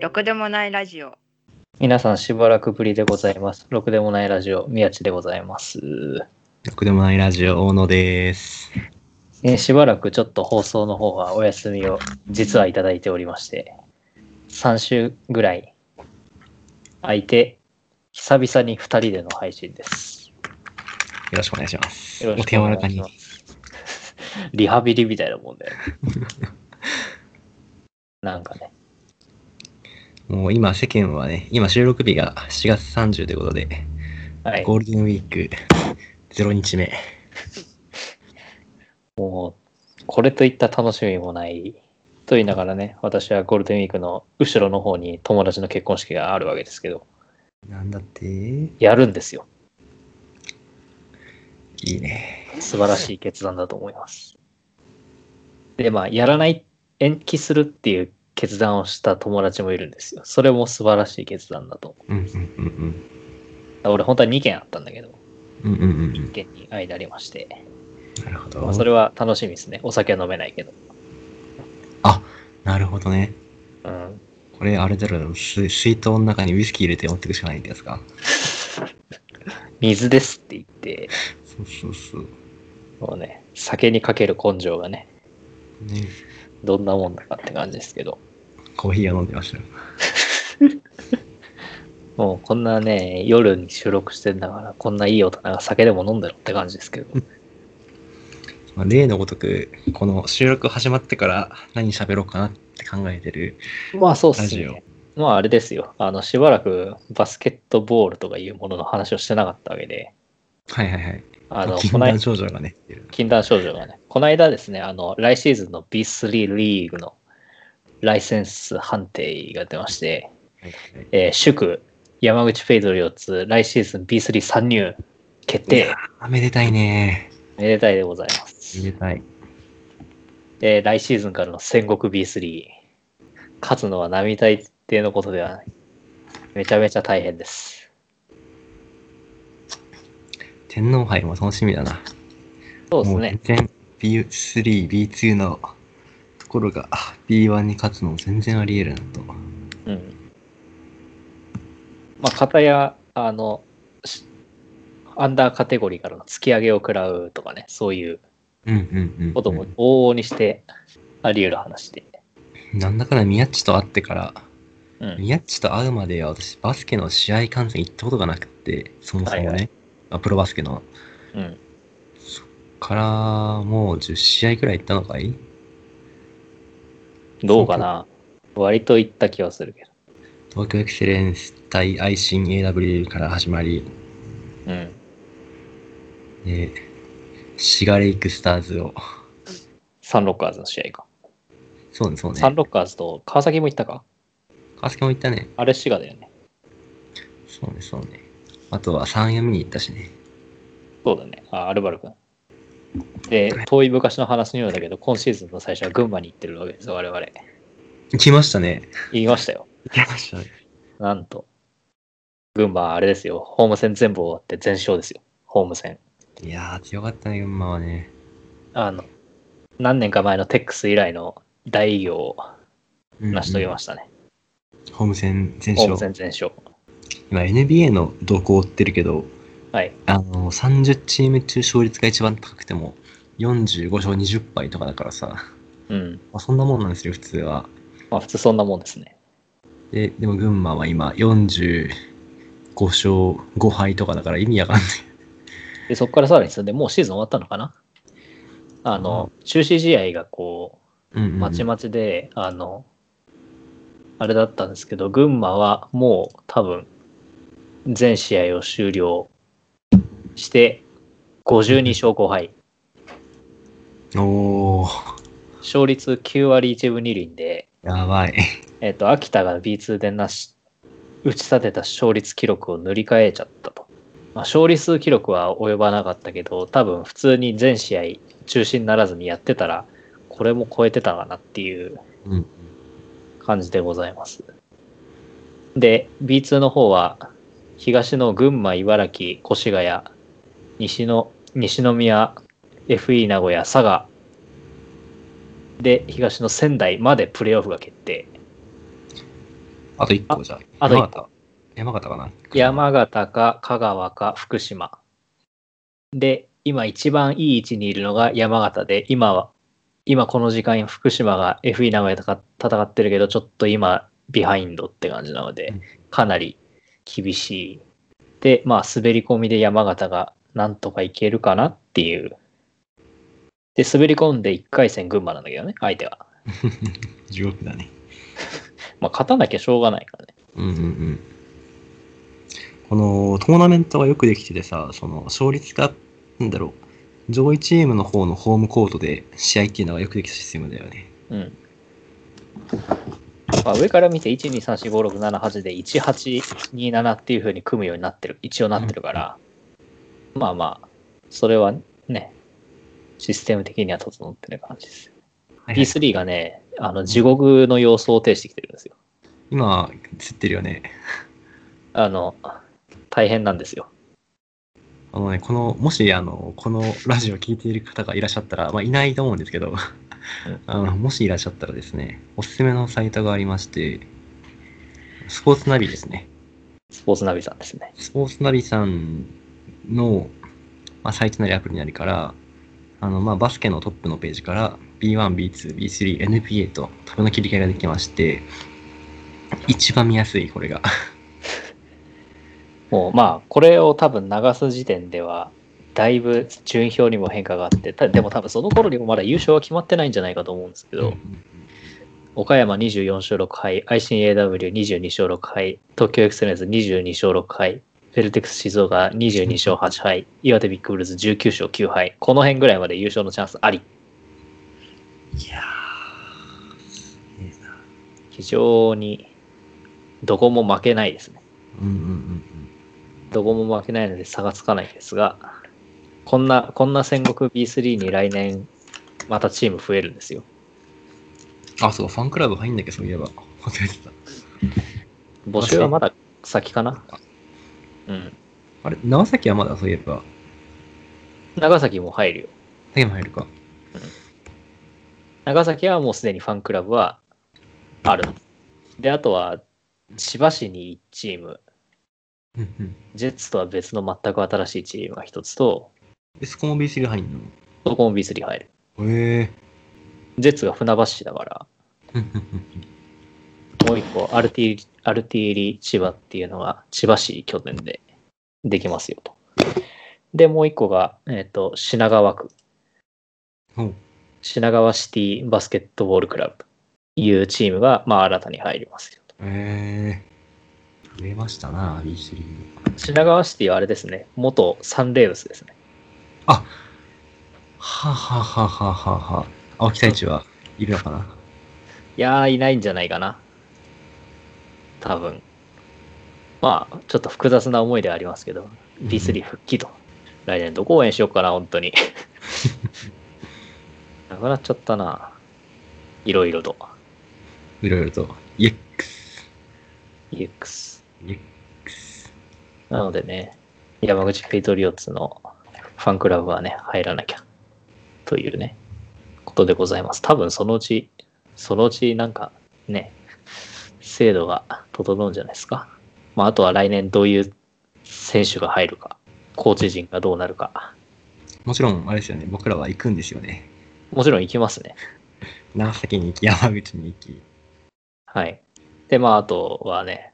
ろくでもないラジオ。皆さんしばらくぶりでございます。ろくでもないラジオ、宮地でございます。ろくでもないラジオ、大野です。えしばらくちょっと放送の方はお休みを実はいただいておりまして、3週ぐらい空いて、久々に2人での配信です。よろしくお願いします。よろおしく手お柔願らいかしにま。す。リハビリみたいなもんだよね。なんかね、もう今世間はね、今収録日が7月30ということで、はい、ゴールデンウィーク0日目。もう、これといった楽しみもない。と言いながらね、私はゴールデンウィークの後ろの方に友達の結婚式があるわけですけど、なんだっていやるんですよ。いね。素晴らしい決断だと思います。で、まあ、やらない、延期するっていう決断をした友達もいるんですよ。それも素晴らしい決断だと。うんうん俺、本当は2件あったんだけど、うんうん。うんうんうん1件に間ありまして、うん。なるほまあど。それは楽しみですね。お酒は飲めないけど。なるほどね。うん。これあれだろう、す水筒の中にウイスキー入れて持ってくしかないってやつか。水ですって言って、そうそうそう。もうね、酒にかける根性がね、ね、どんなもんだかって感じですけど。コーヒーを飲んでましたよ。もうこんなね、夜に収録してんだから、こんないい大人が酒でも飲んでろって感じですけど。まあ、例のごとく、この収録始まってから何喋ろうかなって考えてる。まあそうっすラね。まああれですよ。あの、しばらくバスケットボールとかいうものの話をしてなかったわけで、はいはいはい。あの、禁こない断症状がね、出る禁断症状がね、この間ですね、あの、来シーズンの B3 リーグのライセンス判定が出まして、はいはいえー祝山口フェイドリオッツ来シーズン B3 参入決い定や。ーめでたいねめでたいでございます。めでたい。えー来シーズンからの戦国 B3。勝つのは並大抵のことではない。めちゃめちゃ大変です。天皇杯も楽しみだな。そうですもね。全然 B3、B2 のところがあ B1 に勝つのも全然あり得るなと。うん。まあ、片や、あの、しアンダーカテゴリーからの突き上げを食らうとかね、そういううんうんうん、ことも往々にしてあり得る話で。なんだかんだ宮地と会ってから、うん。宮地と会うまでは私バスケの試合観戦行ったことがなくって、そもそもね、はいはいまあ、プロバスケの。うん、からもう10試合くらい行ったのかいどうかな割と言った気はするけ東京エクセレンス対愛心 AW から始まり、ど。うん。で、シガレイクスターズを。サンロッカーズの試合か。そうね、そうね。サンロッカーズと川崎も行ったか川崎も行ったね。あれ滋賀だよね。そうね、そうね。あとは三夜見に行ったしね。そうだね。あ、アルバル君。で、遠い昔の話のようだけど、今シーズンの最初は群馬に行ってるわけですよ、我々。行きましたね。言いましたよ。行きましたね。なんと。群馬はあれですよ。ホーム戦全部終わって全勝ですよ。ホーム戦。いやー、強かったね、群馬はね。あの、何年か前のテックス以来の大偉業を成し遂げまししたね。た。ホーム戦全ホーム勝。戦全勝。今 NBA の動向を追ってるけど、はい。あの、30チーム中勝率が一番高くても、45勝20敗とかだからさ、まうん。あ、そんなもんなんですよ、普通は。まあ普通そんなもんですね。で、でも群馬は今45勝5敗とかだから意味わかんない。で、そこからさらに進んで、もうシーズン終わったのかなあの、中止試合がこう、うんうんうんまちまちで、あの、あれだったんですけど、群馬はもう多分、全試合を終了して、52勝5敗。おー、勝率9割1分2厘で、やばい。えっと、秋田が B2 でなし、打ち立てた勝率記録を塗り替えちゃったと。まあ、勝利数記録は及ばなかったけど、多分普通に全試合中止にならずにやってたら、これも超えてたかなっていううん。感じでございます。で、B2 の方は、東の群馬、茨城、越谷、西の、西宮、FE 名古屋、佐賀、で、東の仙台までプレーオフが決定。あと1個じゃあ。あと一個山形。山形かな。山形か香川か福島。で、今一番いい位置にいるのが山形で、今は、今この時間福島が FE 名古屋とか戦ってるけど、ちょっと今ビハインドって感じなのうでん、かなり厳しい。で、まあ滑り込みで山形がなんとかいけるかなっていう。で、滑り込んで1回戦群馬なんだけどね、相手は。地獄だね。まあ勝たなきゃしょうがないからね。うんうんうん。このトーナメントがよくできててさ、その勝率が、なんだろう、上位チームの方のホームコートで試合っていうのがよくできたシステムだよね。うん。まあ、上から見て、1、2、3、4、5、6、7、8で、1、8、2、7っていう風に組むようになってる、一応なってるから、まあまあ、それはね、システム的には整ってる感じです。はいはい P3 がね、あの、地獄の様相を呈してきてるんですよ。今、映ってるよね。あの、大変なんですよ。あのね、この、もし、あの、このラジオ聞いている方がいらっしゃったら、まあ、いないと思うんですけど、 あの、もしいらっしゃったらですね、おすすめのサイトがありまして、スポーツナビですね。スポーツナビさんですね。スポーツナビさんの、まあ、サイトなりアプリなりから、あのまあ、バスケのトップのページから B1、B2、B3、NPA とタブの切り替えができまして、一番見やすい、これが。もう、まあ、これを多分流す時点では、だいぶ順位表にも変化があって、たでも多分その頃にもまだ優勝は決まってないんじゃないかと思うんですけど、岡山24勝6敗、ICAW22 勝6敗、東京エクセレンス22勝6敗、フェルテックス静岡22勝8敗、 岩手ビッグブルーズ19勝9敗、この辺ぐらいまで優勝のチャンスあり。いや非常に、どこも負けないですね。うんうんうんどこも負けないので差がつかないですが、こんな、こんな戦国 B3 に来年、またチーム増えるんですよ。うん。あ、そう、ファンクラブ入んなきゃ、そういえば。忘れてた。募集はまだ先かな。うん。あれ、長崎はまだ、そういえば。長崎も入るよ。テーマ入るか。長崎はもうすでにファンクラブはある。で、あとは千葉市に1チーム、うんうん。ジェッツとは別の全く新しいチームが1つと、え、そこも B3 入んのそこも B3 入る。へえ。ジェッツが船橋市だかうんうんうんら、もう1個アルティ、アルティーリ千葉っていうのが千葉市拠点でできますよと。で、もう1個が、えっ、と、品川区、ほ う品川シティバスケットボールクラブというチームが、まあ、新たに入りますよと。へえ。増えましたな、B3 も。品川シティはあれですね、元サンレーブスですね。はあはあはあはあはあはあ青木太一はいるのかないやー、いないんじゃないかな。多分。まあ、ちょっと複雑な思いではありますけど、B3 復帰と。来年どこ応援しようかな、本当に。なくなっちゃったな。いろいろと。いろいろと。イエックス。 EX。イエックス。なのでね、山口ペイトリオッツのファンクラブはね、入らなきゃ。というね、ことでございます。多分そのうち、そのうちなんかね、制度が整うんじゃないですか。まあ、あとは来年どういう選手が入るか、コーチ陣がどうなるか。もちろん、あれですよね。僕らは行くんですよね。もちろん行きますね。長崎に行き、山口に行き。はい。で、まあ、あとはね、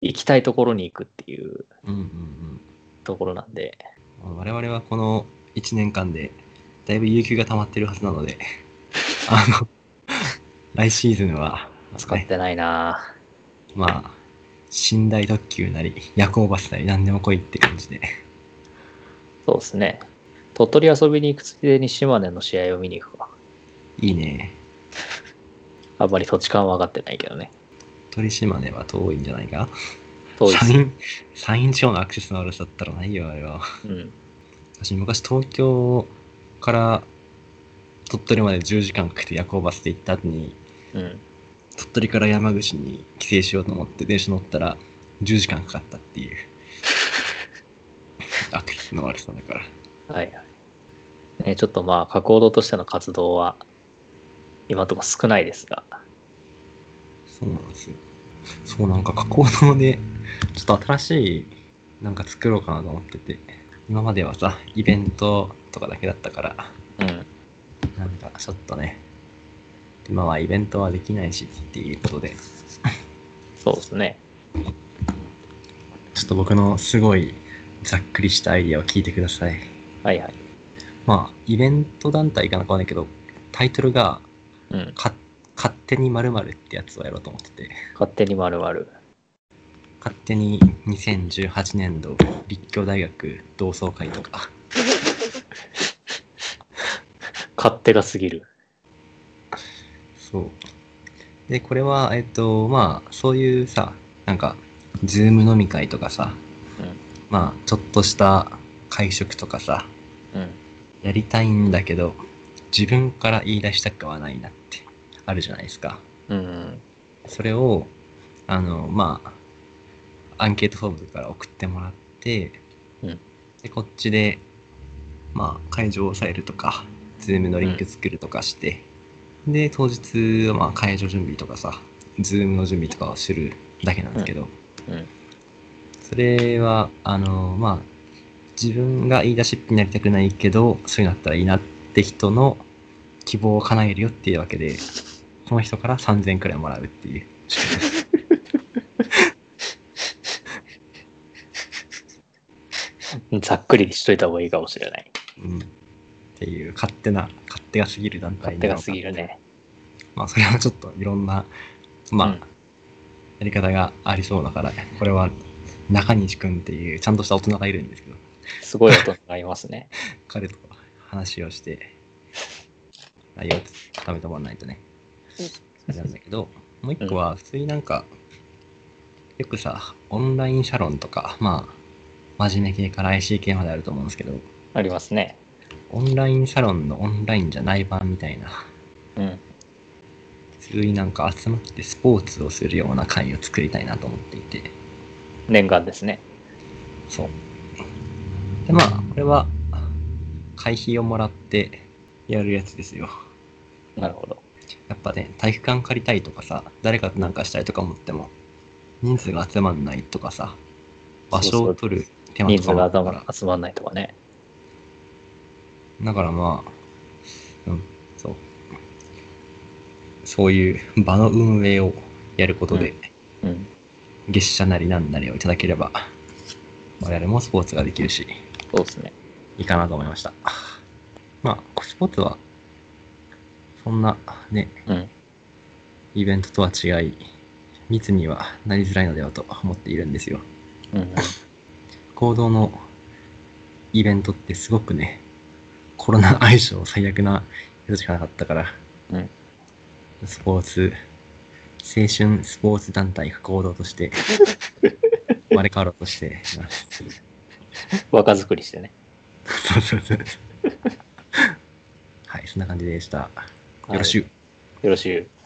行きたいところに行くっていううんうんところなんで、うん。我々はこの1年間で、だいぶ有給が溜まってるはずなので、 あの、来シーズンは、使ってないなぁ。まあ、寝台特急なり、夜行バスなり、何でも来いって感じで。そうですね。鳥取遊びに行くついでに島根の試合を見に行くか。いいね。あんまり土地感は分かってないけどね。鳥島根は遠いんじゃないか当山時。陰、山陰地方のアクセスの悪さだったらないよ、あれは。うん。私、昔東京から鳥取まで10時間かけて夜行バスで行った後に、うん。鳥取から山口に帰省しようと思って電車乗ったら10時間かかったっていう。アクセスの悪さだから。はいはい。ね、ちょっとまあ、加工堂としての活動は、今のところ少ないですが、そうなんですよ。そう、なんか加工堂で、ちょっと新しい、なんか作ろうかなと思ってて、今まではさ、イベントとかだけだったから、うん。なんかちょっとね、今はイベントはできないしっていうことで、そうですね。ちょっと僕のすごいざっくりしたアイディアを聞いてください。はいはい。まあ、イベント団体かなんかわかんないけど、タイトルが、うん。か勝手に〇〇ってやつをやろうと思ってて、勝手に丸々。勝手に2018年度立教大学同窓会とか、勝手がすぎる。そう。で、これは、えっと、まあ、そういうさ、なんか、ズーム飲み会とかさ、うんまあ、ちょっとした会食とかさ、うん。やりたいんだけど、自分から言い出したくはないなって、あるじゃないですか。うん。それを、あの、まあ、アンケートフォームから送ってもらって、うんで、こっちで、まあ、会場を押さえるとか、ズームのリンク作るとかして、で、当日は、まあ、会場準備とかさ、ズームの準備とかをするだけなんですけど、うんうんそれは、あの、まあ、自分が言い出しっぺになりたくないけど、そういうのあったらいいなって人の希望を叶えるよっていうわけで、その人から3000くらいもらうっていう。ざっくりしといた方がいいかもしれない。うんっていう勝手な勝手が過ぎる団勝体に手なろうがかすぎるね。まあそれはちょっといろんなまあ、うんやり方がありそうだからこれは中西君っていうちゃんとした大人がいるんですけどすごい大人がいますね。彼と話をして内容を固めてもらわないとねそれなんだけどもう一個は普通になんかよくさオンラインサロンとかまあ真面目系から IC 系まであると思うんですけどありますね。オンラインサロンのオンラインじゃない版みたいなうん。普通になんか集まってスポーツをするような会を作りたいなと思っていて念願ですね。そうでまあこれは会費をもらってやるやつですよなるほ ど。やっぱね体育館借りたいとかさ誰かとなんかしたいとか思っても人数が集まんないとかさ場所を取る手間人と数かもあがるか集らま集まんないとかね。だからまあ、うん、そう。そういう場の運営をやることで、うん。月謝なりなんなりをいただければ、我々もスポーツができるし、そうですね。いいかなと思いました。まあ、スポーツは、そんなね、うん。イベントとは違い、密にはなりづらいのではと思っているんですよ。うん うん。行動のイベントってすごくね、コロナ相性最悪なやつしかなかったから、うんスポーツ、青春スポーツ団体が行動 として、生まれ変わろうとしています。若作りしてね。そうそうそう。はい、そんな感じでした。よろしゅう。よろしゅう。